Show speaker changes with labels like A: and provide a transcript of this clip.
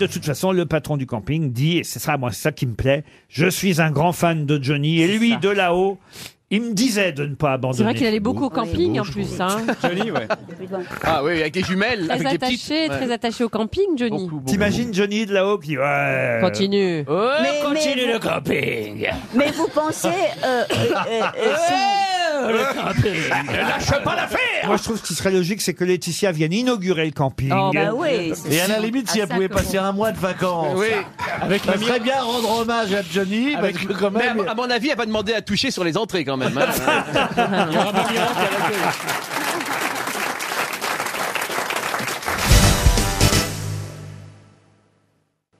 A: de toute façon, le patron du camping dit, et c'est ça, moi, c'est ça qui me plaît, je suis un grand fan de Johnny, et lui, de là-haut, il me disait de ne pas abandonner.
B: C'est vrai qu'il allait beaucoup au camping en plus. Hein.
A: Johnny, ouais.
C: Ah oui, avec les jumelles,
B: Très
C: avec des petites.
B: attaché, très attaché au camping, Johnny.
A: T'imagines Johnny de là-haut qui... Ouais,
B: Continue.
C: Oh,
D: Mais-
C: continue
D: mais-
C: le camping
D: Mais vous pensez. euh, euh, euh, euh, si-
C: Oh, Le camping Ne lâche pas l'affaire
A: Moi, je trouve que ce qui serait logique, c'est que Laetitia vienne inaugurer le camping.
B: Oh,
D: bah oui. c'est-
E: Et à la limite, si
B: Ah,
E: elle
B: ça,
E: pouvait
B: comment-
E: passer un mois de vacances,
C: Oui,
E: avec ça serait bien rendre hommage à Johnny, parce que quand
C: mais à,
E: même...
C: à mon avis, elle va demander à toucher sur les entrées quand même. hein.
F: Il y aura pas de miracle à la queue.